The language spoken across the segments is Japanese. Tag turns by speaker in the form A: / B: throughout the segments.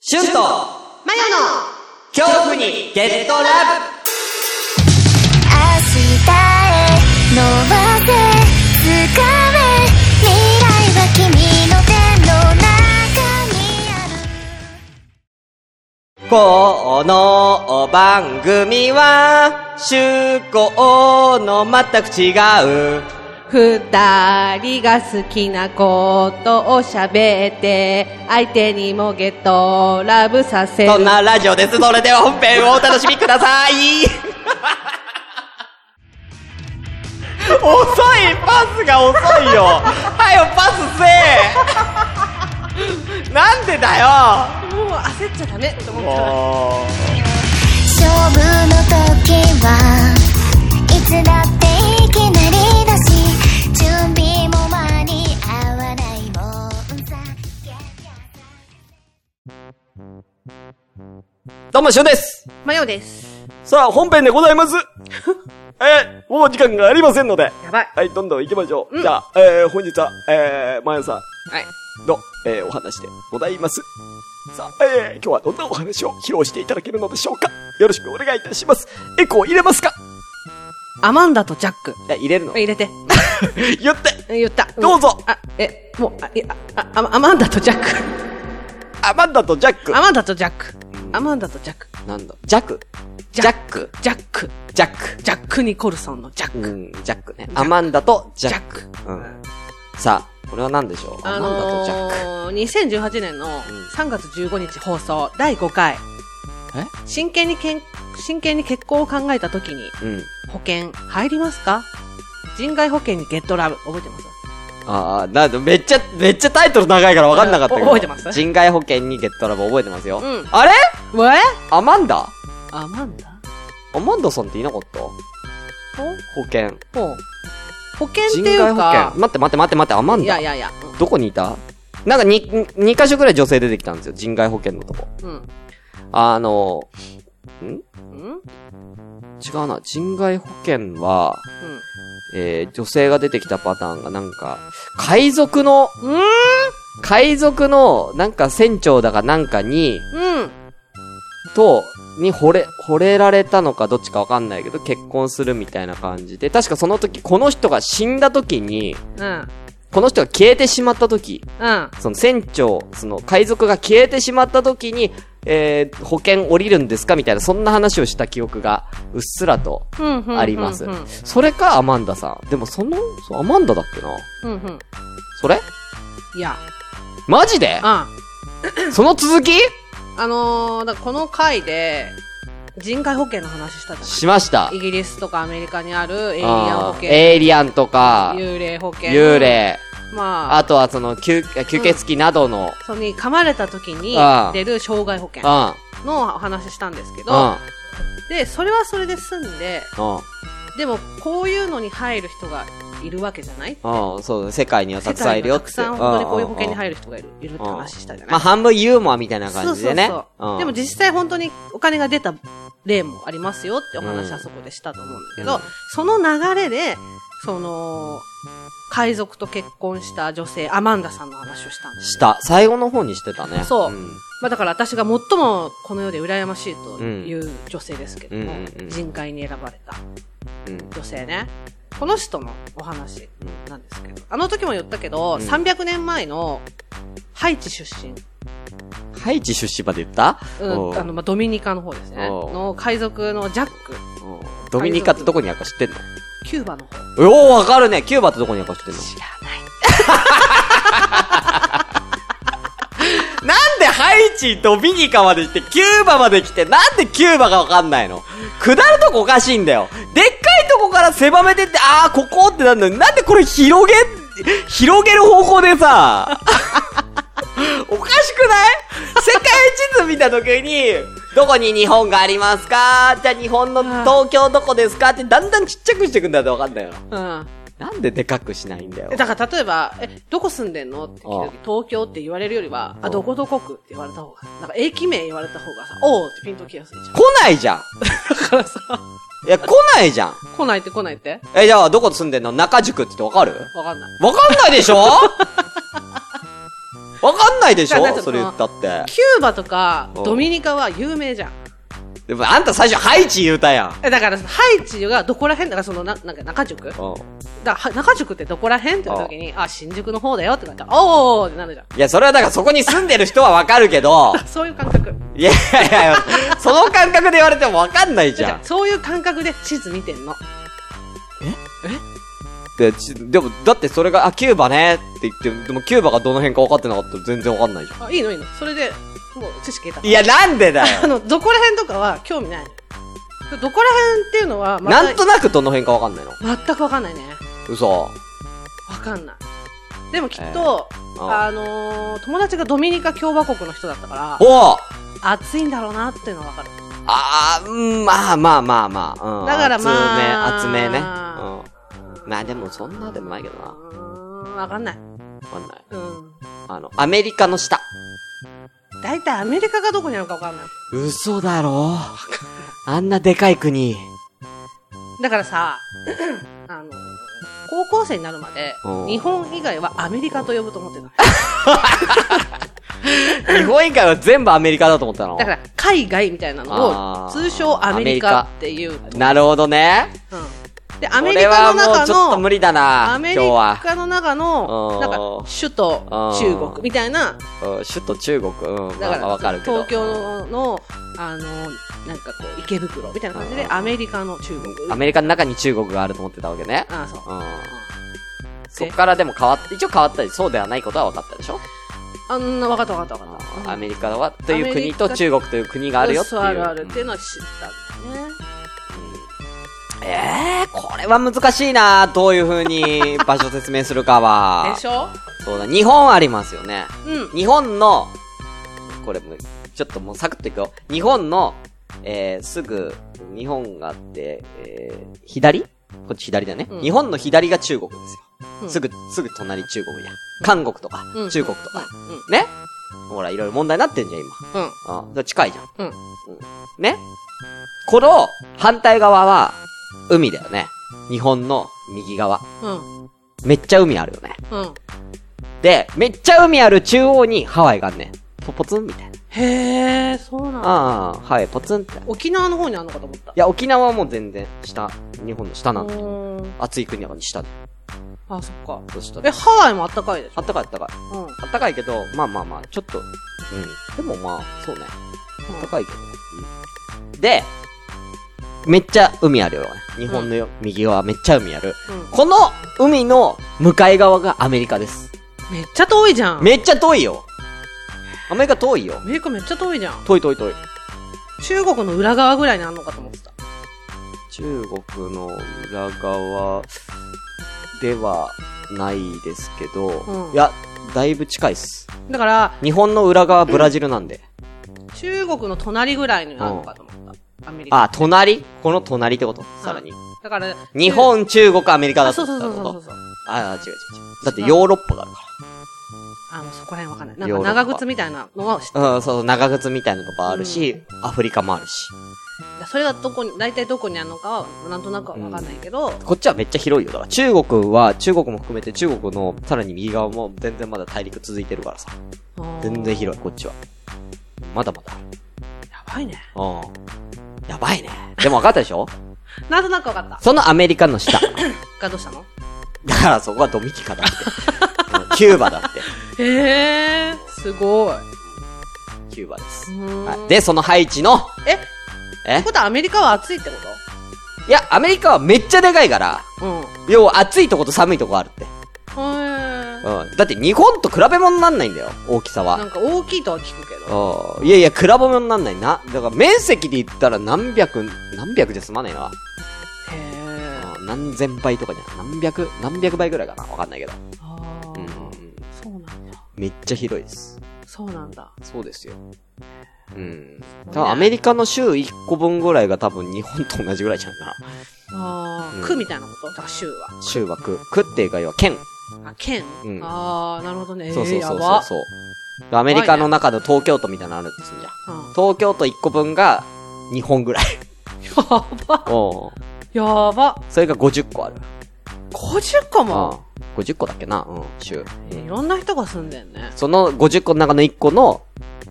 A: シュンと
B: マヨの
A: 恐怖にゲットラブ
C: 明日へ伸ばせ掴め未来は君の手の中にある
A: この番組は趣向の全く違う
B: 二人が好きなことを喋って相手にもゲットラブさせる
A: そんなラジオですそれでは本編をお楽しみください遅いパスが遅いよはよパスせえなんでだよ
B: もう焦っちゃダメと思ったら
A: も
C: 勝負の時はいつだっていきなりだし準備も間に合わないもんさ
A: うどうもしゅんです
B: マヨです
A: さあ、本編でござい ます。えー、もう時間がありませんので。
B: やばい
A: はい、どんどん行きましょう。
B: うん
A: じゃあ、えー、本日は、えー、まやさん
B: はい
A: の、えー、お話でございます。さあ、えー、今日はどんなお話を披露していただけるのでしょうかよろしくお願いいたします。エコー入れますか
B: アマンダとジャック
A: いや、入れるの
B: 入れて
A: 言って
B: 言った
A: どうぞ
B: あえもうあいやああアマンダとジャ ック
A: アマンダとジャック
B: アマンダとジャックアマンダとジャック
A: なんだジャック
B: ジャッ
A: ク
B: ジャック
A: ジャック
B: ジャック・ニコルソンのジャック、
A: ん、ジャックね。アマンダとジ
B: ジャック
A: うん。さあ、これは何でしょう
B: あのー、2018年の3月15日放送第5回。
A: え
B: 真剣にけん、真剣に結婚を考えた時に、
A: ク。うん。
B: 保険入りますか人外保険にゲットラブ。覚えてます
A: ああ、なんだ、めっちゃ、めっちゃタイトル長いから分かんなかったけど。
B: 覚えてます
A: 人外保険にゲットラボ覚えてますよ。
B: うん
A: あれ
B: えぇ
A: アマンダ
B: アマンダ
A: アマンダさんっていなかった保険。
B: ほう。保険って
A: 人
B: い
A: 外
B: う
A: 保
B: か
A: 険。、待って待って待って待って、アマン
B: いや
A: ダ
B: いやいや、
A: どこにいたなんかにに2箇所くらい女性出てきたんですよ。人外保険のとこ。
B: うん。
A: あの、ん
B: うん。うん。
A: 違うな。人外保険は、えー、女性が出てきたパターンがなんか、海賊の、
B: うーん
A: 海賊の、なんか船長だかなんかに、
B: うん。
A: と、に惚れ、惚れられたのかどっちかわかんないけど、結婚するみたいな感じで、確かその時、この人が死んだ時に、
B: うん。
A: この人が消えてしまった時、
B: うん。
A: その船長、その海賊が消えてしまった時に、えー、保険降りるんですかみたいな、そんな話をした記憶が、うっすらと、
B: うんうん。うん
A: あります
B: うん。
A: それか、アマンダさん。でも、その、そうアマンダだっけな
B: うんうん。
A: それ
B: いや、
A: マジで
B: うん。
A: その続き
B: あのー、だからこの回で、人海保険の話したじ
A: しました
B: ゃん。イ。ギリスとかアメリカにあるエイリアン保
A: あー
B: 険、
A: エイリアンとか、
B: 幽霊保険、
A: 幽、霊、
B: まあ、
A: あとはその、吸吸血鬼などの、
B: それに噛まれた時に
A: あー
B: 出る障害保険
A: うん。
B: の話したんですけ
A: うん
B: ど、。で、それはそれで済んで、でもこういうのに入る人がいるわけじゃない
A: うん。うん。そうだ、世界にはた
B: 世
A: くさん
B: 界
A: いる
B: に
A: よ
B: は
A: ったて。
B: くさん本当にこういう保険に
A: る。
B: 入る人がいるいるって話したじゃ
A: ま
B: な
A: あ、
B: い
A: 半分ユーモアみたいな
B: そ
A: 感
B: う
A: じ
B: そ
A: で
B: う
A: ね。
B: そう。
A: ん
B: でも実際本当にお金が出た例もありますよってお話はそこでしたと思うんだけど、
A: うん
B: その流れで、その、海賊と結婚した女性、アマンダさんの話をしたんです。
A: した。最後の方にしてたね。
B: そうんまあだから私が最もこの世で羨ましいという女性ですけども、
A: うんうんうんうん
B: 人海に選ばれた
A: うん。
B: 女性ね。この人のお話
A: う
B: なんですけど、あの時も言ったけど、
A: うん
B: 300年前のハイチ出身、
A: んハイチ出身まで言った
B: う
A: お
B: ん、
A: う
B: あの、まあ、ドミニカの方ですね、
A: おう
B: の海賊のジャック
A: うんドミニカってどこにあるか知ってんの
B: キューバの方。
A: おおわかるねキューバってどこにあるか知ってんの
B: 知らない。
A: なんでハイチ、ドミニカまで来て、キューバまで来て、なんでキューバがわかんないの下るとこおかしいんだよ。でっかいとこから狭めてって、あー、ここってなるのに、なんでこれ広げ、広げる方向でさ、 おかしくない世界地図見たときに、どこに日本がありますかじゃあ日本の東京どこですかってだんだんちっちゃくしていくんだってわかんないよ
B: うん。
A: な。なんででかくしないんだよ
B: え。だから例えば、え、どこ住んでんのって聞
A: ああ
B: いた時、東京って言われるよりは、
A: う
B: あ、
A: ん
B: どこどこ区って言われた方が、なんか駅名言われた方がさ、おうってピンときやすいじゃん。
A: 来ないじゃん。
B: だからさ、
A: いや、来ないじゃん。
B: 来ないって来ないって
A: え、じゃあどこ住んでんの中宿ってわかる
B: わかんない。
A: わかんないでしょわかんないでし
B: だからなん
A: ょ
B: か
A: それ言ったって。
B: キューバとか
A: うん
B: ドミニカは有名じゃん。
A: でもあんた最初ハイチ言うたやん。
B: えだから、ハイチがどこら辺だから、その、ななんか中宿だか
A: うん。
B: らは中宿ってどこら辺って言った時に、あ、新宿の方だよってなったら、おーってなるじゃん。
A: いや、それはだからそこに住んでる人はわかるけ ど、
B: そういう感覚。
A: いやいやいや、その感覚で言われてもわかんないじ
B: じ
A: ゃ
B: ゃ
A: ん。
B: そういう感覚で地図見てんの。
A: で、ちでも、だってそれが、あ、キューバねって言って、でもキューバがどの辺か分かってなかったら全然わかんないじゃ
B: あ、いいのいいの。それで、もう知識得
A: ん。いや、なんでだ
B: た。あ
A: よ。
B: の、どこら辺とかは興味ない。どこら辺っていうのは、また
A: なんとなくどの辺かわかんないの。
B: 全くわかんないね。
A: 嘘。
B: わかんない。でもきっと、
A: えーうん
B: あのー友達がドミニカ共和国の人だったから、
A: おう
B: 暑いんだろうなっていうのはわかる。
A: あー、うんまあまあまあまあ。うん、
B: だからまあ
A: 厚め、厚めね。うん。まあでもそんなでもないけどな。わ
B: うーん、わかんない。
A: かんない。
B: うん。
A: あの、アメリカの下。
B: だいたいアメリカがどこにあるかわかんない。
A: 嘘だろ あんなでかい国。
B: だからさ、 あの、高校生になるまで
A: うん、
B: 日本以外はアメリカと呼ぶと思ってた。
A: 日本以外は全部アメリカだと思ったの
B: だから、海外みたいなの
A: あ
B: を、
A: ー
B: 通称アメリカっていう。うん。
A: なるほどね。
B: で、アメリカ
A: こ
B: の
A: れはもう
B: 中
A: ちょっと無
B: の、
A: 理だな、
B: ア
A: 今
B: メ
A: 日
B: リ
A: は。
B: カの中の、
A: うん
B: なんか、首都、中国みたいな、
A: うん首都中国。うん、
B: だ
A: ま
B: か、
A: あまあわからるけど。
B: 東京の、のあの、なんかこう、池袋みたいな感じで、
A: うん
B: アメリカの中国。
A: アメリカの中に中国があると思ってたわけね。
B: ああ、そう。
A: うん。そっからでも変わっ、一応変わったり、そうではないことは分かったでしょ
B: あんな、わかったわかったわかった。
A: アメリカは、という
B: アメリ
A: 国
B: カ
A: と中国という国があるよってい。
B: そううあるあるっていうのは知ったんだよね。
A: ええー、これは難しいなどういう風に場所説明するかは
B: で。しょ
A: そうだ、日本ありますよね。
B: うん。
A: 日本の、これもう、ちょっともうサクッといくよ。日本の、えー、すぐ、日本があって、えー、左こっち左だね、
B: うん
A: 日本の左が中国ですよ。
B: うん
A: すぐ、すぐ隣中国じゃん。韓国とか、
B: うん
A: 中国とか。
B: うん。うん
A: ねほら、いろいろ問題になってんじゃん、今。あ、
B: うん。
A: だから近いじゃん。
B: うん
A: ねこの反対側は海だよね。日本の右側。
B: うん。
A: めっちゃ海あるよね。
B: うん。
A: で、めっちゃ海ある中央にハワイがあんねん。ポポツンみたいな。
B: へえ、そうなんだ。
A: ああ、ハワイポツンって。い
B: 沖縄の方にあるのかと思った。
A: や、沖縄はもう全然下。日本の下なん
B: う
A: だ。
B: ーん。
A: 暑い国なのに下で。
B: あ、そっか。
A: そした
B: え、
A: ら。
B: ハワイもあったかいでし
A: あ
B: ょ
A: ったかいあったかい。
B: うん。
A: あったかいけど、まあまあまあ、ちょっと。うん。でもまあ、そうね。あったかいけど。うん、で、めっちゃ海あるよね。日本のよ右側めっちゃ海ある。
B: うん
A: この海の向かい側がアメリカです。
B: めっちゃ遠いじゃん。
A: めっちゃ遠いよ。アメリカ遠いよ
B: ア。メリカめっちゃ遠いじゃん。
A: 遠い遠い遠い。
B: 中国の裏側ぐらいにあるのかと思ってた。
A: 中国の裏側ではないですけど、
B: うん
A: いや、だいぶ近いっす。
B: だから、
A: 日本の裏側ブラジルなんで。
B: 中国の隣ぐらいにあるのかと思った。アメリカ。
A: あ、隣この隣ってことさらに。
B: だから、
A: 日本、中国、アメリカだ
B: あ、
A: と
B: そう
A: 思
B: そ
A: っ
B: う
A: た
B: そ
A: っ
B: う
A: てこと
B: そうそうそう。
A: ああ、違う違う違う。だってヨーロッパがあるか
B: あ、もうそこら辺わかんない。なん
A: ヨ
B: か
A: ーロッパ
B: 長靴みたいなのは知って
A: ら。うん、そうそう、長靴みたいなのがあるし、アフリカもあるし。
B: た。それがどこに、大体どこにあるのかは、なんとなくはわかんないけど、
A: こっちはめっちゃ広いよ。だから中国は、中国も含めて中国のさらに右側も全然まだ大陸続いてるからさ。全然広い、こっちは。まだまだ
B: い。やばいね。
A: ある。うん。やばいね。でも分かったでしょ
B: なんとなくわかった。
A: そのアメリカの下。
B: がどうしたの
A: だからそこはドミニカだって。うんキューバだって。
B: へえ、すごい。
A: キューバです。
B: うん
A: はい、で、そのハイチの、
B: え、っ
A: え
B: てことはアメリカは暑いってこ
A: いや、アメリカはめっちゃでかいから、
B: とうん。へ
A: 要は暑いとこと寒いとこあるって。
B: え。
A: うん。だって日本と比べ物になんないんだよ、大きさは
B: な。んか大きいとは聞くけど。
A: うんいやいや、比べ物になんないな。だから面積で言ったら何百、何百じゃ済まないな。
B: へえ。
A: うん何千倍とかじゃない。何百、何百倍ぐらいかな。わかんないけど。
B: ああ
A: うんうんう
B: ー。
A: ん。
B: そうなんだ。
A: めっちゃ広いです。
B: そうなんだ。
A: そうですよ。うん。多分アメリカの州1個分ぐらいが多分日本と同じぐらいじゃないか
B: あ
A: うん
B: あ。区みたいなことだから州は。
A: な。州は区。区っていうか要は県。
B: あ、県
A: うん
B: ああ、なるほどね。え
A: そう
B: ー
A: そう
B: や
A: そうそう
B: ば。
A: そう。アメリカの中の東京都みたいなのあるんですよ。じゃあ
B: うん
A: 東京都1個分が日本ぐらい。
B: やば。
A: お
B: やば。
A: それが50個ある。
B: 50個
A: うん。
B: も、
A: 50個だっけなうん、州。
B: いろんな人が住んでんね。
A: その50個の中の1個の、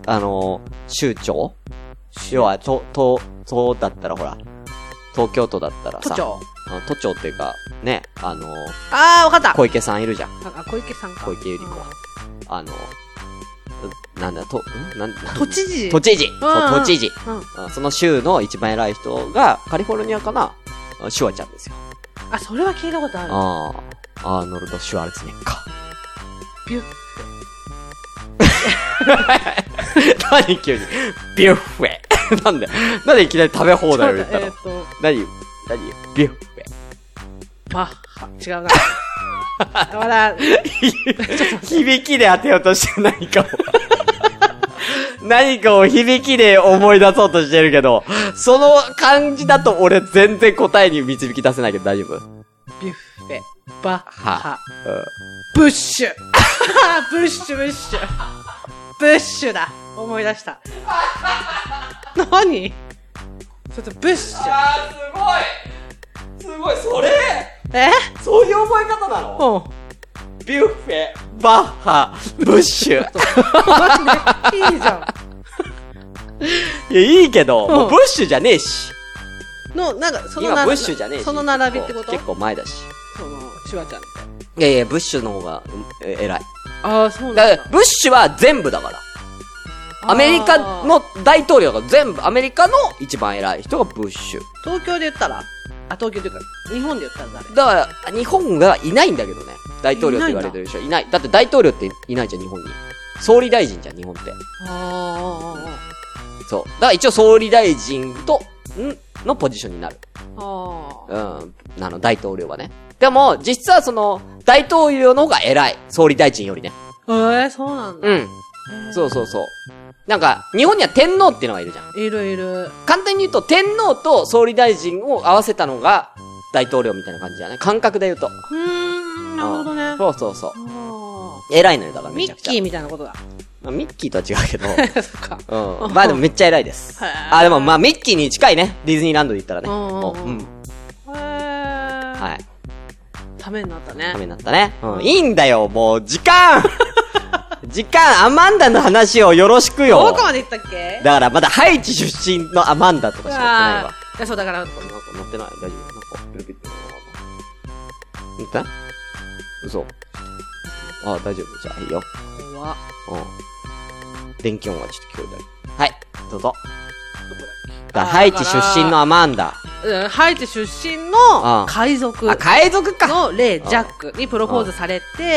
A: あのー、州庁要は、と、と、とだったらほら、東京都だったらさ、
B: 都庁。
A: あ都庁っていうか、ね、あのー、
B: あー、わかった。
A: 小池さんいるじゃん。
B: あ小池さんか。
A: 小池百合子あのー、なんだ、と、んなん
B: うん都知事。
A: 都知事、
B: うん
A: そう、都知事。
B: うん。
A: あその州の一番偉い人が、カリフォルニアかなあシュワちゃんですよ。
B: あ、それは聞いたことある。
A: ああ、アーノルド・シュワルツェネッカ
B: ビュッ。
A: ー。 何急に、ビュッフェ。 なんで、なんでいきなり食べ放題を言った
B: え
A: の
B: っと、
A: 何何ビュッフ
B: バッハ。違うな。 まだ、
A: ェ。響きで当てようとして何かを。何かを響きで思い出そうとしてるけど、その感じだと俺全然答えに導き出せないけど大丈夫うん。
B: ビュッフェ、バッ
A: は
B: ハ、ブッシュ。 ブッシュ、ブッシュ。ブッシュだ。思い出した。 何ちょっとブッシュ。
A: あー、すごいすごい、それ
B: え
A: そういう覚え方なの
B: うん。
A: ビュッフェ、バッハ、ブッシ ュ。
B: いいじゃ
A: いや、いいけ ど、
B: ん
A: もうブッシュじゃねえし。
B: ん。の、なんか、その
A: 今
B: な
A: ブッシュじゃねえし。
B: その並びってこと
A: 結構前だし。
B: その、シュワちゃんって。
A: いやいや、ブッシュの方が、うんえ偉い。
B: ああ、そうな
A: だか
B: んだ
A: ら、。ブッシュは全部だから。アメリカの大統領が全部、アメリカの一番偉い人がブッシュ。
B: 東京で言ったら、あ、東京というか、日本で言ったら誰
A: だから、日本がいないんだけどね。大統領って言われてる人はいない。だって大統領っていないじゃん、日本に。総理大臣じゃん、日本って。
B: あ
A: そう。だから一応総理大臣と、んのポジションになる。
B: あ、あ
A: うん。あの、大統領はね。でも、実はその、大統領の方が偉い。総理大臣よりね。
B: あ。ええ、そうなんだ。
A: うん。そうそうそう。なんか、日本には天皇っていうのがいるじゃん。
B: いるいる。
A: 簡単に言うと、天皇と総理大臣を合わせたのが、大統領みたいな感じだね。感覚で言うと。
B: うーん、なるほどね。
A: うんそうそうそう。
B: あ
A: 偉いのよ、だから
B: ー
A: め
B: ミ
A: ちゃく
B: ッ
A: ちゃ。
B: キーみたいなことだ。
A: まあミッキーとは違 うけど。
B: そっか。
A: うん。まあでもめっちゃ偉いです。
B: へー
A: あ、でもまあミッキーに近いね。ディズニーランドで言ったらね。
B: うんうんうん
A: もううん。
B: へえ。。
A: はいい。
B: ためになったね
A: ダ。メになったね。うん。いいんだよ、もう、時 間時間、アマンダの話をよろしくよ。
B: どこまで行ったっけ
A: だからまだハイチ出身のアマンダとかしかやってないわ
B: あ。ーいや、そうだから、
A: なんか乗ってない大丈夫なんか、ピロピロピロ乗ってない嘘。ああ、大丈夫。じゃあ、いいよ。
B: 怖っ
A: うん。電気音はちょっと聞こえたり。はい、どうぞ。だから
B: あー
A: ハイチ出身のアマンダ。
B: うんハイチ出身
A: うん
B: の海賊
A: あ、海賊か
B: のレイ・ジャックにプロポーズされて
A: うん、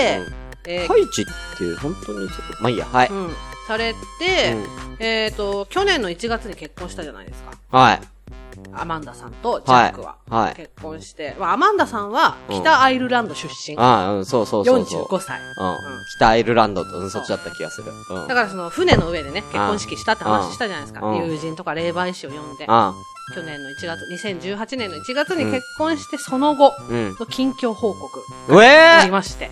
B: えー
A: ハイチって本当にちょっと、まあいいや、はい。
B: うんされて、えっと、去年の1月に結婚したじゃないですか。
A: はい。
B: アマンダさんとジャックは
A: はいはい
B: 結婚して、まあ、アマンダさんは北アイルランド出身、
A: ああ、うん、そうそうそうそう。
B: 45歳、
A: うん
B: うん。
A: 北アイルランドと、うん、そっちだった気がする。うん。
B: だからその船の上でね結婚式したって話したじゃないですか、
A: うん
B: 友人とか霊媒師を呼んで、
A: あ
B: 去年の1月2018年の1月に結婚して、その後
A: あ、うん。
B: の近況報告
A: うえ
B: あり
A: ー
B: まして、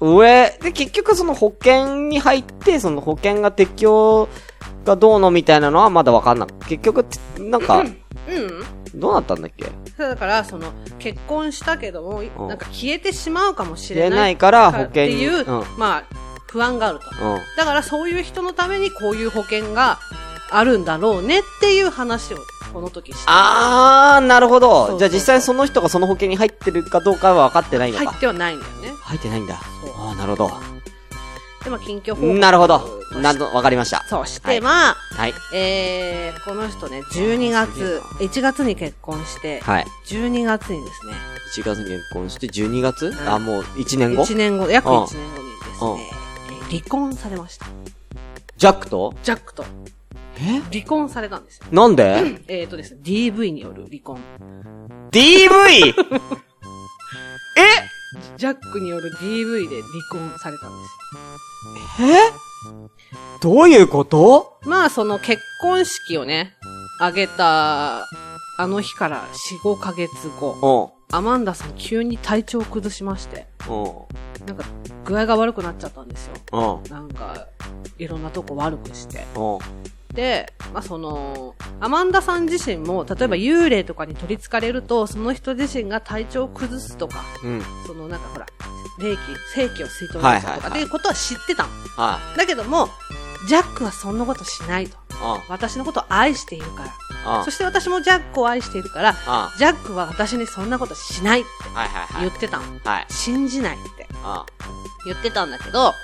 A: 上、で、結局その保険に入って、その保険が適用がどうのみたいなのはまだわかんない。結局、なんか、
B: うん
A: どうなったんだっけ
B: だからその結婚したけども、
A: ん
B: なんか消えてしまうかもし
A: 言
B: れ
A: え
B: な
A: ないいから保
B: っ
A: 険
B: て
A: に。
B: いう、
A: うん。うん。
B: まあ不安があると、だからそういう人のためにこういう保険があるんだろうねっていう話をこの時して
A: あー、なるほど。
B: そう
A: じゃあ実際その人がその保険に入ってるかどうかは分かってないのか。
B: 入ってはないんだよね。
A: 入ってないんだ。
B: そう
A: あー、なるほ
B: で、まあ、近況報
A: ど。
B: 告。
A: なるほど。なんと、わかりました。
B: そうして、
A: はい
B: まあ、
A: はい。
B: えー、この人ね、12月、1月に結婚して、
A: はい。
B: 12月にですね、
A: 1月に結婚して12月
B: ん
A: あ、もう1年後
B: 1年後、約
A: うん
B: 1年後にですね、えー離婚されました。
A: ジャックと
B: ジャックと
A: え
B: 離婚されたんですよ。
A: なんで
B: えーとですね、DV による離婚。
A: ?DV! え
B: ジャックによる DV で離婚されたんです
A: どういうこと
B: よ。まあ、その結婚式をね、あげた、あの日から4、5ヶ月後。
A: う
B: アマンダさん急に体調を崩しまして、
A: ん。うん。
B: なんか具合が悪くなっちゃったんですよ。
A: うん。
B: なんか、いろんなとこ悪くして。
A: うん。
B: で、まあその、アマンダさん自身も、例えば幽霊とかに取り憑かれると、その人自身が体調を崩すとか、
A: うん。
B: そのなんかほら、霊気、正気を吸い取られちゃうと
A: はいはいは
B: か
A: い
B: っていうことは知ってたの。
A: はい。
B: だけども、ジャックはそんなことしないと。
A: あ
B: 私のことを愛しているから。
A: あ。
B: そして私もジャックを愛しているから、
A: あ
B: ジャックは私にそんなことしないって
A: あ。はいはい
B: 言
A: は
B: っ
A: い。
B: てたの。
A: はい。
B: 信じないって
A: あ
B: 言ってたんだけど、
A: あ。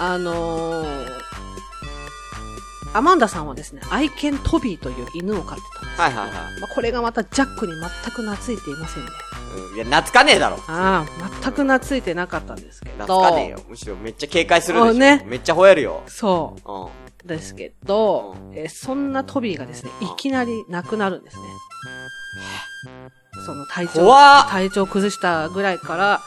B: あのー、アマンダさんはですね、愛犬トビーという犬を飼ってたんですけど、
A: はいはいは
B: まあ、これがまたジャックに全く懐いていませんね。
A: うん。いや、懐かねえだろ。
B: ああ、全く懐いてなかったんですけど。
A: 懐かねえよ。むしろめっちゃ警戒するでし
B: そ
A: ょ。
B: うね
A: めっちゃ吠えるよ。
B: そ
A: うん。
B: う、ですけど、えーそんなトビーがですね、いきなり亡くなるんですね。その体調、
A: 怖っ
B: 体調崩したぐらいから、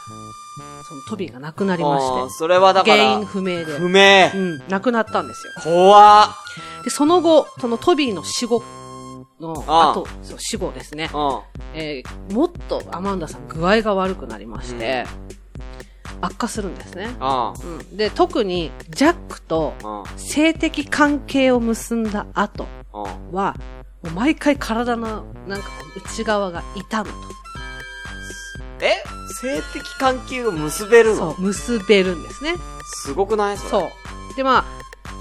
B: そのトビーが亡くなりま
A: ああ、
B: して、
A: それはだから。
B: 原因不明で
A: 不、明
B: う。ん、亡くなったんですよ。
A: 怖っ。
B: で、その後、そのトビーの死後の、
A: ああ
B: あと、そう死後ですね
A: う。ん。
B: えーもっとアマンダさん具合が悪くなりまして、悪化するんですね。
A: うん。
B: うん。で、特に、ジャックと
A: うん。
B: 性的関係を結んだ後
A: うん。
B: は、もう毎回体の、なんか、内側が痛む
A: え性的関係を結べる
B: と。
A: の
B: そう、結べるんですね。
A: すごくないそれ。
B: そう。で、まあ、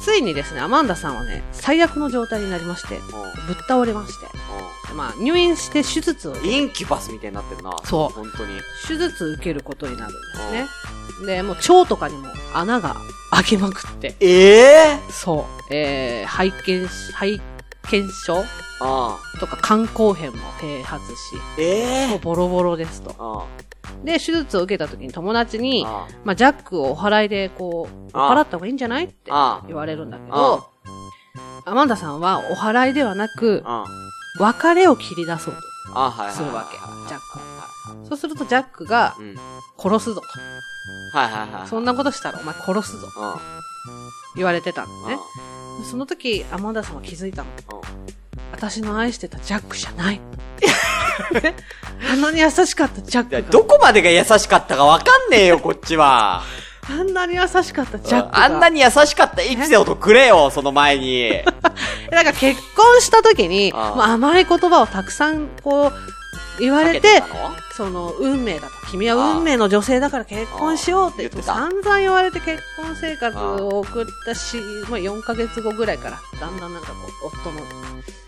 B: ついにですね、アマンダさんはね、最悪の状態になりまして、
A: うん。うん。
B: ぶっ倒れまして、まあ、入院して手術を
A: インキュバスみたいになってるな。
B: そう
A: 本当に。
B: 手術受けることになるんですね。で、もう腸とかにも穴が開きまくって、
A: ええ
B: そう、えー、肺見、肺見症
A: うん。
B: とか肝硬変も併発し、
A: え
B: もう
A: え
B: ボロボロですと。
A: うん。うん。
B: で、手術を受けた時に友達に、まあ、ジャックをお祓いでこう、お
A: あ
B: 払った方がいいんじゃないって
A: あ
B: 言われるんだけ
A: あ
B: ど、アマンダさんはお祓いではなく
A: う、ん。
B: 別れを切り出そう
A: あ、はいはいは
B: と
A: い。
B: するわけ、ジャックは。
A: は
B: そうするとジャックが
A: い。うん。はい
B: 殺すぞと。
A: はいはい。
B: そんなことしたらお前殺すぞ。
A: うん。うん。
B: 言われてたのね
A: うん。
B: その時、アマンダさんは気づいたの。私の愛してたジャックじゃない。 あんなに優しかったジャッ
A: いや
B: クが。
A: どこまでが優しかったかわかんねえよ、こっちは。
B: あんなに優しかったジャックが。
A: あんな
B: に。
A: に優しかったエピソードくれよ、その前 に。
B: だから結婚した時に、
A: ああ
B: もう甘い言葉をたくさんこう、言われ
A: かけ
B: て
A: た、の
B: その、運命だと。君は運命の女性だから結婚しようって
A: ああ言ってた
B: 散々言われて結婚生活を送ったし、まあ4ヶ月後ぐらいから、だんだんなんかこう、夫の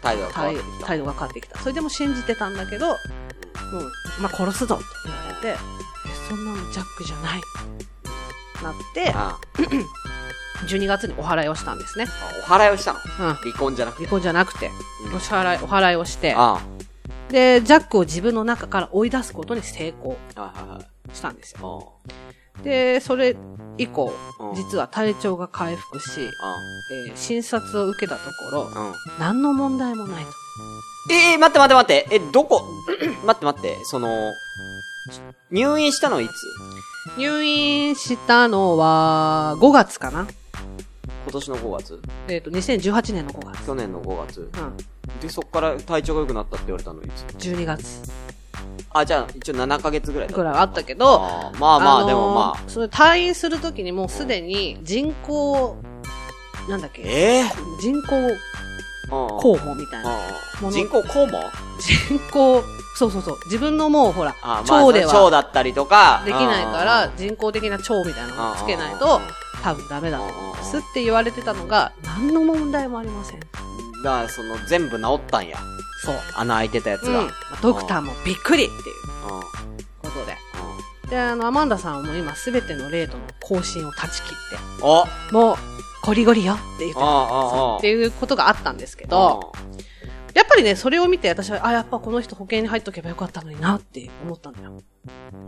A: 態度が変わっ
B: 態
A: てきた。
B: 態度が変わってきた。それでも信じてたんだけど、もう、まあ、殺すぞと言われて、えそんなのジャックじゃない。なって、
A: あ
B: 12月にお祓いをしたんですね。
A: あお祓いをしたの。
B: うん。離
A: 離婚じゃなくて。
B: 婚じゃなくて、
A: うん
B: お支払い、お祓いをして、
A: あ
B: で、ジャックを自分の中から追い出すことに成功
A: あ。はいはいはい。
B: したんですよ。
A: うん。
B: で、それ以降
A: う、ん
B: 実は体調が回復し、えー診察を受けたところ、
A: うん。うん。
B: 何の問題もないと。
A: ええ待って待って待って。え、どこ 待って待って。その、入院したのいつ
B: 入院したのは、5月かな
A: 今年の5月
B: えっ、と、2018年の5月。
A: 去年の5月
B: うん。
A: で、そっから体調が良くなったって言われたのいつ
B: 12月
A: あ、じゃあ、一応7ヶ月ぐらいだ
B: ぐらい
A: い
B: はあったけど、
A: あーまあまあ、
B: のー
A: でもまあ。
B: それ退院するときにもうすでに人工、なんだっけ
A: ええー
B: 人工
A: うん
B: 肛門みたいな。
A: う
B: も
A: ん
B: の
A: 人工肛門
B: 人工、そうそうそう。自分のもうほら、
A: あまあ
B: 腸で
A: 腸
B: は
A: だったりとか。
B: できないか
A: うん
B: ら、人工的な腸みたいなのをつけないと、多分ダメだと思うんですって言われてたのが、何の問題もありません。
A: だから、その、全部治ったんや。
B: そう。
A: 穴開いてたやつ
B: うん
A: が。
B: まあドクターもびっくりっていう
A: うん。うん
B: ことで。で、あの、アマンダさんはもう今すべてのレートの更新を断ち切って、
A: おあ
B: もう、ゴリゴリよって言って
A: あ、ああ。
B: っていうことがあったんですけど、やっぱりね、それを見て私は、あ、やっぱこの人保険に入っとけばよかったのになって思ったんだよ。
A: うん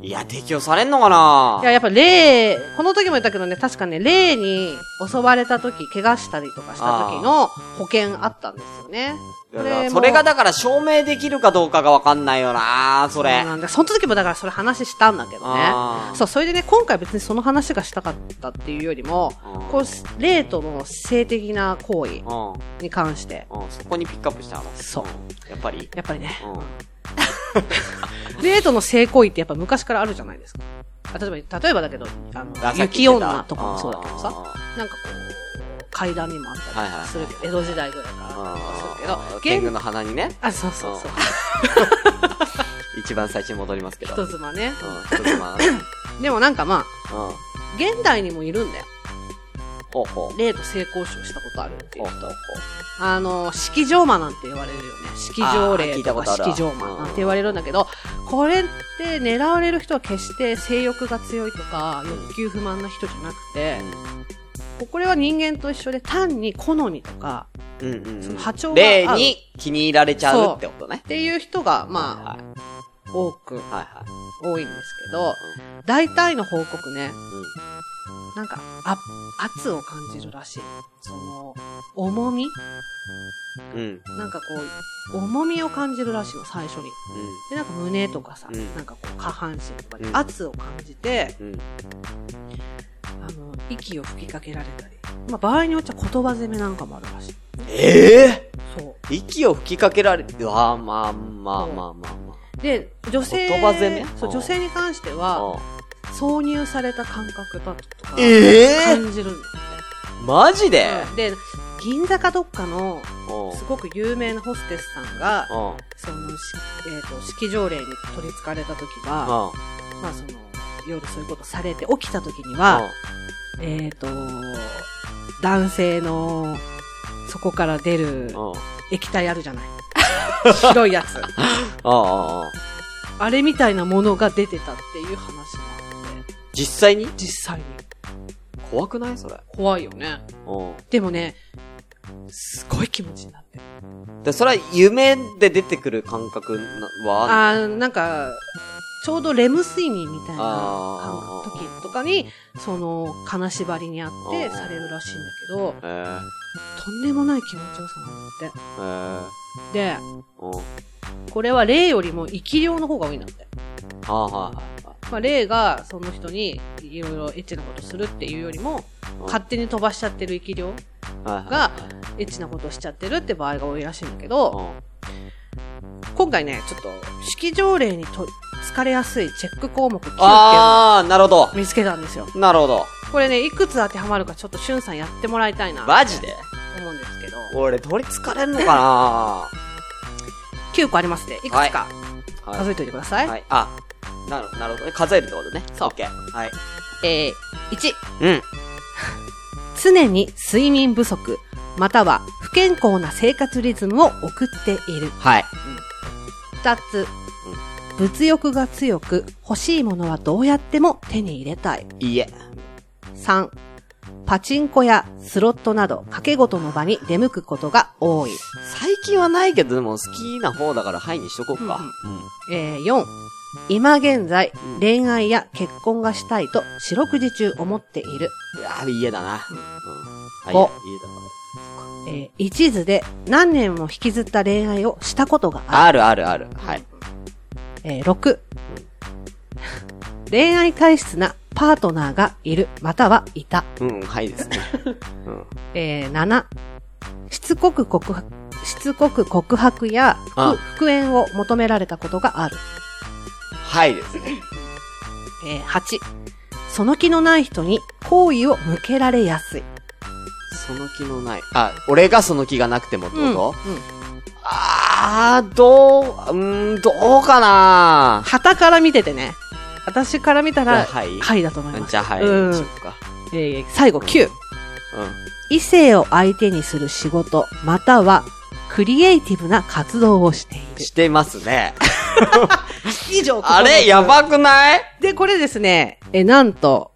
A: いや、適用されんのかない
B: や、やっぱ霊、この時も言ったけどね、確かね、霊に襲われた時、怪我したりとかした時の保険あったんですよね。
A: だか
B: こ
A: ら
B: も
A: それがだから証明できるかどうかがわかんないよなそれ
B: そう。なんだ。その時もだからそれ話したんだけどね。
A: あー
B: そう、それでね、今回別にその話がしたかったっていうよりも
A: うん、
B: こう、霊との性的な行為
A: うん。
B: に関して、
A: うん。そこにピックアップしたの。。
B: そうん
A: やっぱり。
B: やっぱりね、
A: う
B: デートの性行為ってやっぱ昔からあるじゃないですか。あ例えば、例えばだけど、あ
A: あ
B: の、
A: さっき
B: 雪
A: 言ってた
B: 女とかもそうだけどさ
A: あ、
B: なんかこう、階段にもあったりとかするけど、江戸時代ぐらいからあったりとかするけど、
A: 天狗の鼻にね、
B: あ、そうそうそう。
A: 一番最初に戻りますけど。
B: 人妻ね。
A: うん、一つま。
B: でもなんかまあ、
A: うん。
B: 現代にもいるんだよ。
A: ほうほう。
B: 例の性交渉したことあるってい
A: ほう
B: う
A: ほうほう。
B: あの、式場魔なんて言われるよね。式場
A: あー聞
B: 霊
A: いた
B: と
A: こ
B: か
A: とある
B: 式場魔なんて言われるんだけど、これって狙われる人は決して性欲が強いとか、欲求不満な人じゃなくて、これは人間と一緒で単に好みとか、
A: うんうん
B: そうの
A: ん。
B: 波長が合う
A: 例に気に入られちゃうってことね
B: っ。ていう人が、
A: は
B: ま
A: い
B: あ、多く、
A: はいは
B: 多いんですけど、大体の報告ね、
A: い。うん
B: なんか、あ、圧を感じるらしい。その、重み
A: うん。うん。
B: なんかこう、重みを感じるらしいの、最初に。で、なんか胸とかさ、
A: うん
B: なんかこう、下半身とかで
A: うん
B: 圧を感じて、
A: うん。
B: あの、息を吹きかけられたり。まあ、場合によっちゃ言葉攻めなんかもあるらしい。
A: ええ
B: そ
A: 息を吹きかけられる。うわまあまあまあまあま
B: う。で、女性、
A: 言葉攻め
B: そうう、
A: ん
B: 女性に関して
A: あ
B: は、
A: うん。
B: 挿入された感覚だとか、
A: ええ
B: 感じるんだ
A: マジで
B: よね。で、銀座かどっかの、
A: うん。うん。
B: すごく有名なホステスさんが、その、しえっ、と、式条例に取り憑かれた時は、
A: うん。
B: まあその、夜そういうことされて、起きた時には、えっ、と、男性の、そこから出る
A: うん。うん。
B: 液体あるじゃない。白いやつ。
A: うん。うん。
B: あれみたいなものが出てたっていう話もあって、
A: 実際に
B: 実際に。
A: 怖くないそれ。
B: 怖いよね。
A: うん。
B: でもね、すごい気持ちになってる。
A: で、それは夢で出てくる感覚なは、
B: あーなんか、ちょうどレム睡眠みたいな
A: あー
B: あの時とかに、その、金縛りにあっ
A: あ
B: て
A: ー
B: されるらしいんだけ
A: え
B: ど、
A: ー、
B: とんでもない気持ちよさなんだっ
A: えー、
B: て。で、
A: うん。は
B: これは霊よりも生き量の方が多いんだって。
A: あ、はあ、は
B: まあ、霊がその人にいろいろエッチなことするっていうよりも、
A: うん
B: 勝手に飛ばしちゃってる生き量、
A: あ、はい
B: がエッチなことをしちゃってるって場合が多いらしいんだけ
A: う
B: ど、
A: ん。
B: 今回ね、ちょっと、式条例にと疲れやすいチェック項目9っていうのを
A: あー、なるほど。
B: 見つけたんですよ。
A: なるほど。
B: これね、いくつ当てはまるかちょっとしゅんさんやってもらいたいな。
A: マジで
B: 思うんですけど。
A: 俺、取り疲れんのか
B: 9個ありますね。いくつ
A: はい
B: か
A: な
B: 数えておいてください。
A: はい。あ、なる、なるほどね。数えるってことね。
B: そう
A: オッケー。はい。
B: えー、1、
A: うん。
B: 常に睡眠不足、または不健康な生活リズムを送っている。
A: はい。
B: 2つ、物欲が強く、欲しいものはどうやっても手に入れたい。
A: いいえ。
B: 3、パチンコやスロットなど、掛け事の場に出向くことが多い。
A: 最近はないけど、でも好きな方だから、はいにしとこうか。
B: えー4、今現在
A: うん、
B: 恋愛や結婚がしたいと四六時中思っている。
A: うん。うわー、いいえだな。
B: う
A: うんん。はい。
B: 五
A: いいえだな。
B: えー一途で何年も引きずった恋愛をしたことがある。
A: あるあるある。はい。
B: えー6、恋 愛体質なパートナーがいる、またはいた。
A: うん、はいです ね。うん。
B: えー7、しつこく告白、しつこく告白や
A: あ
B: 復復縁を求められたことがある。
A: はいですね。
B: えー8、その気のない人に好意を向けられやすい。
A: その気のない。あ、俺がその気がなくてもって
B: うん
A: こと、
B: うん
A: あー、どう、うーん、どうかな
B: 旗から見ててね。私から見た
A: じ
B: ら、
A: ゃあはい
B: はいだと思います。
A: じゃあはい、
B: うん
A: しよっか。
B: えー最後9。
A: う
B: 異性を相手にする仕事、または、クリエイティブな活動をしてい
A: ん。
B: る。
A: してますね。
B: 以上
A: あれやばくない
B: で、これですね、えー、なんと、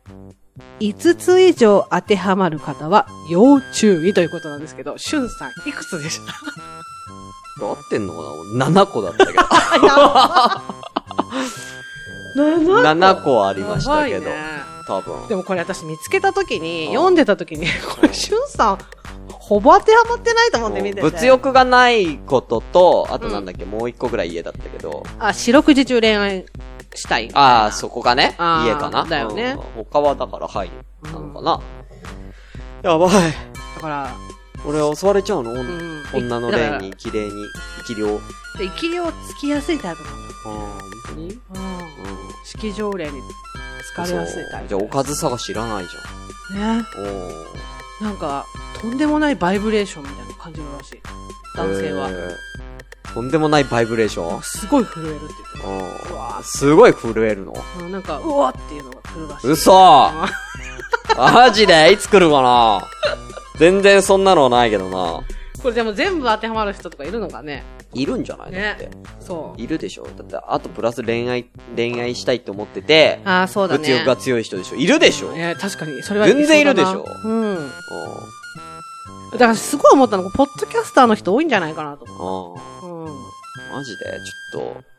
B: 5つ以上当てはまる方は、要注意ということなんですけど、しゅんさん、いくつでした
A: 合ってんのかな俺7個だったけど。7個 ありましたけど。
B: やばいね
A: 多分。
B: でもこれ私見つけた時に、
A: うん
B: 読んでた時に、これ、しゅんさん、ほぼ当てはまってないと思って見てて。
A: 物欲がないことと、あとなんだっけ、もう一個ぐらい家だったけど。
B: あ、四六時中恋愛したい。
A: ああ、そこがね、
B: あー
A: 家かな。
B: だよね
A: うん他はだから、はい。なのかな。やばい。
B: だから、
A: 俺襲われちゃうの、
B: ん
A: 女の霊に、綺麗に、生き量。
B: で生き量つきやすいタイプなんだ。
A: ああ、本当に
B: うん。
A: うん。
B: 式場霊に疲れやすいタイプ。
A: そうじゃあ、おかず探しいらないじ
B: ね。
A: ゃん。おー。
B: なんか、とんでもないバイブレーションみたいなの感じるらしい。男性は。
A: えーとんでもないバイブレーション。
B: すごい震えるって言って
A: うん
B: うわー
A: すごい震えるの。
B: た。なんか、うわーっていうのが来るらしい。
A: 嘘マジでいつ来るかな全然そんなのはないけどな。
B: これでも全部当てはまる人とかいるのかね。
A: いるんじゃないだっ
B: ね
A: て。。
B: そう。
A: いるでしょだって、あとプラス恋愛、恋愛したいと思ってて、
B: ああ、そうだね。
A: 物欲が強い人でしょいるでしょうん。
B: えー確かに。それは
A: 全然いるでしょ
B: そうだなうん。だからすごい思ったのが、ポッドキャスターの人多いんじゃないかなと
A: うん
B: 思う。うん。
A: マジでちょっと。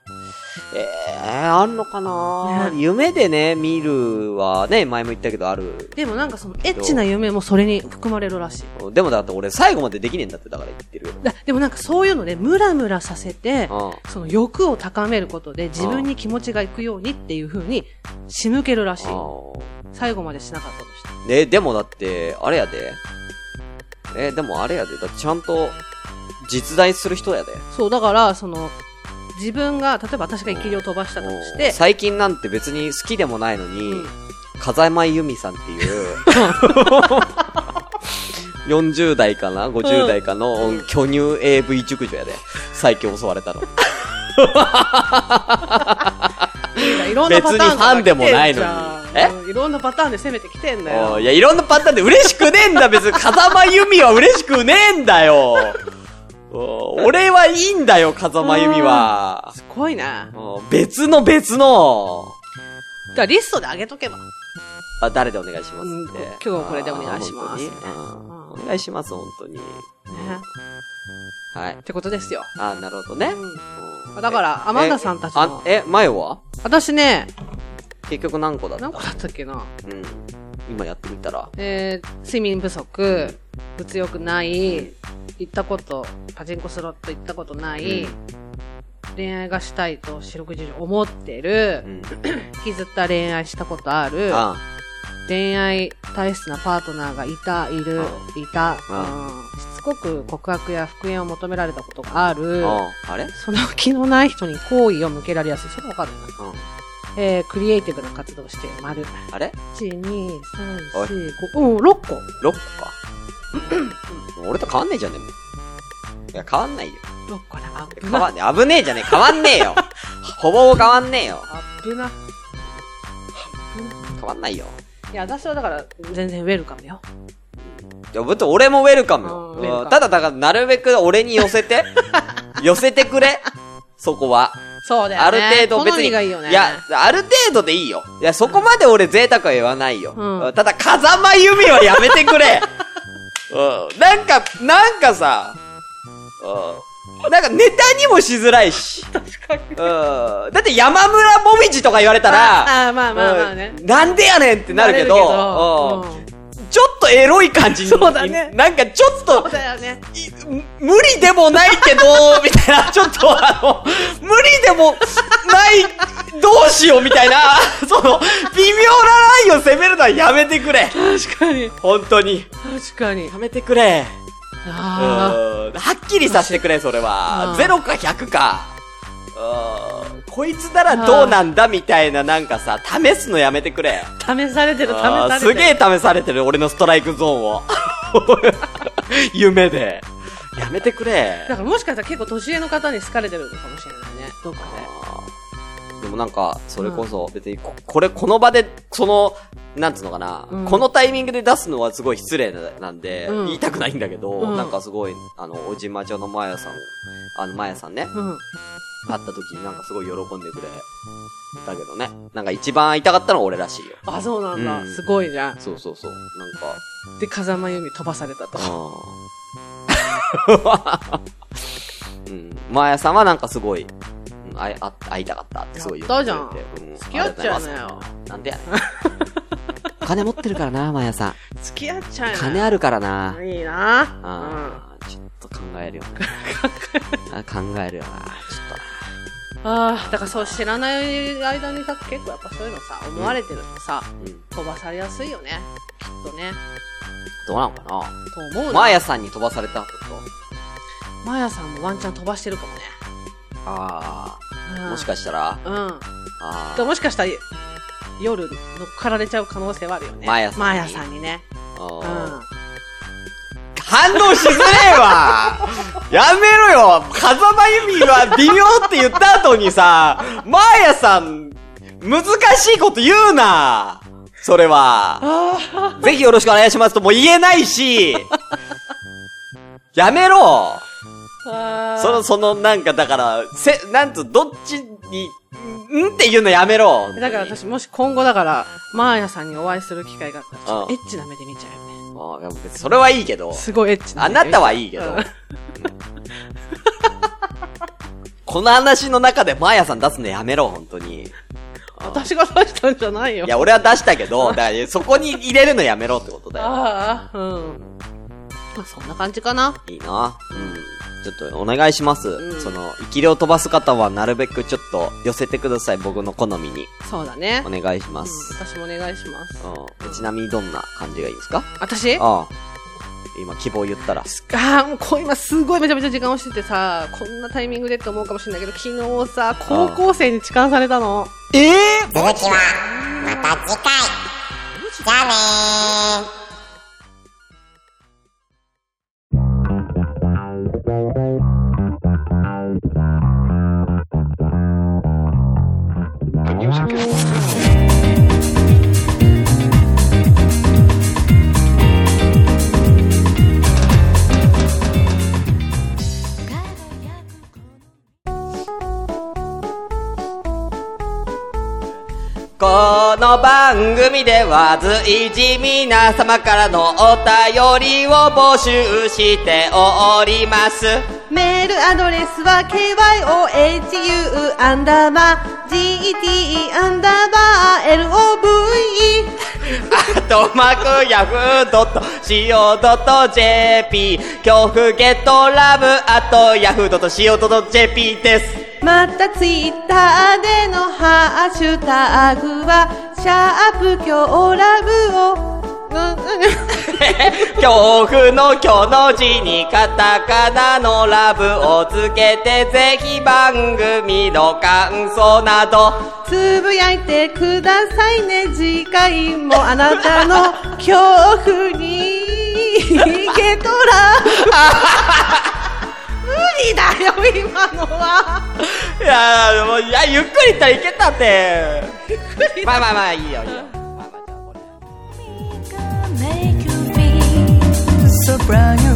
A: えー、あんのかな、
B: ね
A: 夢でね、見るはね、前も言ったけどある。
B: でもなんかその、エッチな夢もそれに含まれるらしい。
A: でもだって俺最後までできねえんだって、だから言ってるよ。
B: だでもなんかそういうので、ムラムラさせて、
A: う
B: その欲を高めることで自分に気持ちがいくようにっていう風に仕向けるらしい。
A: ん。うん
B: 最後までしなかったとして。
A: え、でもだって、あれやで。え、でもあれやで。だってちゃんと、実在する人やで。
B: そう、だから、その、自分が、例えば私が生きりを飛ばしたとして、
A: 最近なんて別に好きでもないのに、
B: うん
A: 風間由美さんって いう、40代かな ?50 代かの、巨乳 AV 熟女やで。最近襲われたの。
B: いろんなパターンから来てんじゃん
A: 別にファンでもないの
B: うんいろんなパターンで攻めてきてんだ
A: お
B: よ
A: う。いや、いろんなパターンで嬉しくねえんだ、別に。風間由美は嬉しくねえんだよ。おう俺はいいんだよ、風間由美は。
B: すごいな。だか
A: おう別の別の。
B: らリストで上げとけば。
A: あ、誰でお願いしますって
B: うん。今日はこれでお願いします
A: あー本当にう
B: うん
A: んお願いします、本当に。
B: ね
A: はい
B: っ。てことですよ。
A: あ、なるほどね。うん
B: だから
A: え
B: アマンダさんたちの
A: え、あえ前は
B: 私ね、
A: 結局何個だった
B: 何個だったっけな。
A: うん。今やってみたら。
B: えー、睡眠不足、物欲ない、行ったこと、パチンコスロット行ったことない、
A: うん
B: 恋愛がしたいと四六時中思ってる、
A: うん。
B: 引きずった恋愛したことある、
A: あ
B: 恋愛体質なパートナーがいた、いる、いた、
A: あ
B: うんしつこく告白や復縁を求められたことがある、
A: ああれ
B: その気のない人に好意を向けられやすい。それわかるな。
A: うん。
B: えー、クリエイティブな活動をして、丸。
A: あれ
B: 1、2、3、4、5、うん、6個。
A: ?6 個か。 もう俺と変わんねえじゃねえもん。いや、変わんないよ。
B: 6個な。
A: 変わんねえ。危ねえじゃねえ。変わんねえ よ。ほぼほぼ変わんねえよ。
B: アップな。
A: 変わんないよ。
B: いや、私はだから、全然ウェルカムよ。
A: いや、ぶと俺もウェルカムよ
B: うんウェルカ
A: うん。
B: ム
A: ただ、だから、なるべく俺に寄せて。寄せてくれ。そこは。
B: そうだ
A: ある程度別
B: 好
A: に。
B: みがいいよね。
A: や、ある程度でいいよ。いや、そこまで俺贅沢は言わないよ。
B: うん
A: ただ、風間由美はやめてく れ。うん。なんか、なんかさ、うん。なんかネタにもしづらいし。うん。だって山村もみじとか言われたら、
B: ああ、 まあまあまあね。
A: うんなんでやねんってなるけど、
B: なる
A: うん
B: けど
A: ちょっとエロい感じに。
B: そうだね
A: なんかちょっ
B: うんそ
A: と
B: う、だよね。
A: い無理でもないけ ど、みたいな、ちょっとあの、無理でもない、どうしようみたいな、その、微妙なラインを攻めるのはやめてくれ。
B: 確かに。
A: 本当に。
B: 確かに。
A: やめてくれ。うん
B: あ
A: はっきりさせてくれ、それは
B: あ。ー
A: ゼロか100か。うんこいつならどうなんだみたいな、なんかさ、試すのやめてくれ。
B: あ、試されてる、試
A: あー
B: されて
A: す
B: る。
A: げえ試されてる、俺のストライクゾーンを。 夢で。やめてくれ。
B: だからもしかしたら結構年上の方に好かれてるのかもしれないね。どっかで。
A: でもなんか、それこそ、別にこ、これ、この場で、その、なんつうのかな、
B: うん
A: このタイミングで出すのはすごい失礼ななんで、
B: うん
A: 言いたくないんだけど、
B: うん
A: なんかすごい、あの、おじまちゃんのまやさん、あの、まやさんね、
B: うん。
A: 会った時になんかすごい喜んでくれ。だけどね、なんか一番会いたかったのは俺らしいよ。
B: あ、そうなん
A: うん
B: だ。すごいじゃん。
A: そうそうそう。なんか、
B: で、風間由美飛ばされたと。
A: うん。マヤさんはなんかすごい、うん会いあ会いたかったってすごい言ってくれて
B: やったじ
A: うん
B: 付き合っちゃうなよ
A: なんでやねん。金持ってるからな、マヤさん。
B: 付き合っちゃう
A: 金あるからな。
B: いいな
A: あーちょっと考え るよな。あ考えるよな。ちょっとな。
B: うん。ああ、だからそう知らない間にさ、結構やっぱそういうのさ、思われてるとさ、
A: うん。
B: 飛ばされやすいよね。きっとね。
A: どうなのか
B: と思
A: な。
B: う
A: マ
B: ヤ。
A: ヤさんに飛ばされたこと。
B: マヤさんもワンチャン飛ばしてるかもね。
A: あ
B: う
A: あ。
B: ん、
A: もしかしたら、
B: うん。
A: あ
B: と
A: ー
B: もしかしたら、夜乗っかられちゃう可能性はあるよね。
A: マヤさんに
B: マヤさんにね。うん。
A: あー。反応しづれえわやめろよ風間由美は微妙って言った後にさ、マーヤさん、難しいこと言うなそれは。ぜひよろしくお願いしますとも言えないし、やめろその、その、なんか、だから、せ、なんと、どっちに、んって言うのやめろ
B: だから私もし今後だから、マーヤさんにお会いする機会があったら、ちょっ
A: うん
B: とエッチな目で見ちゃうよね。
A: あでも別にそれはいいけど、
B: すごいエッチな
A: あ
B: 目で見ちゃう。
A: なたはいいけど
B: うん。
A: この話の中でマーヤさん出すのやめろ、本当に。
B: 私が出したんじゃないよ。
A: いや、俺は出したけど、だからそこに入れるのやめろってことだよ。
B: ああ、うん。まあそんな感じかな。
A: いいな。うん。ちょっとお願いします。
B: うん
A: その、生きりを飛ばす方はなるべくちょっと寄せてください、僕の好みに。
B: そうだね
A: お。願いし
B: う
A: ま
B: ん、
A: す。
B: 私もお願いします。
A: うん。ちなみにどんな感じがいいですか
B: 私あ
A: ああ。今、希望言ったら。
B: あー、もうこう今すごいめちゃめちゃ時間をしててさ、こんなタイミングでって思うかもしれないけど、昨日さ、高校生に痴漢されたの。
A: ええ
D: 続きは、また次回。じゃあねー。
A: この番組では随時皆様からのお便りを募集しております。
B: メールアドレスは kyohu アンダーバー gete アンダーバー love
A: あとマークヤフー .co.jp 恐怖ゲットラブあとヤフー .co.jp です。
B: またツイッターでのハッシュタグはシャープ強ラブを
A: 恐怖の今日の字にカタカナのラブをつけてぜひ番組の感想など
B: つぶやいてくださいね次回もあなたの恐怖にゲトラブ無理だよ今のはい
A: やーもういやゆっくりといけたって まあまあまあいいよいいよまあまあじゃあこれ
E: Make you feel so brand new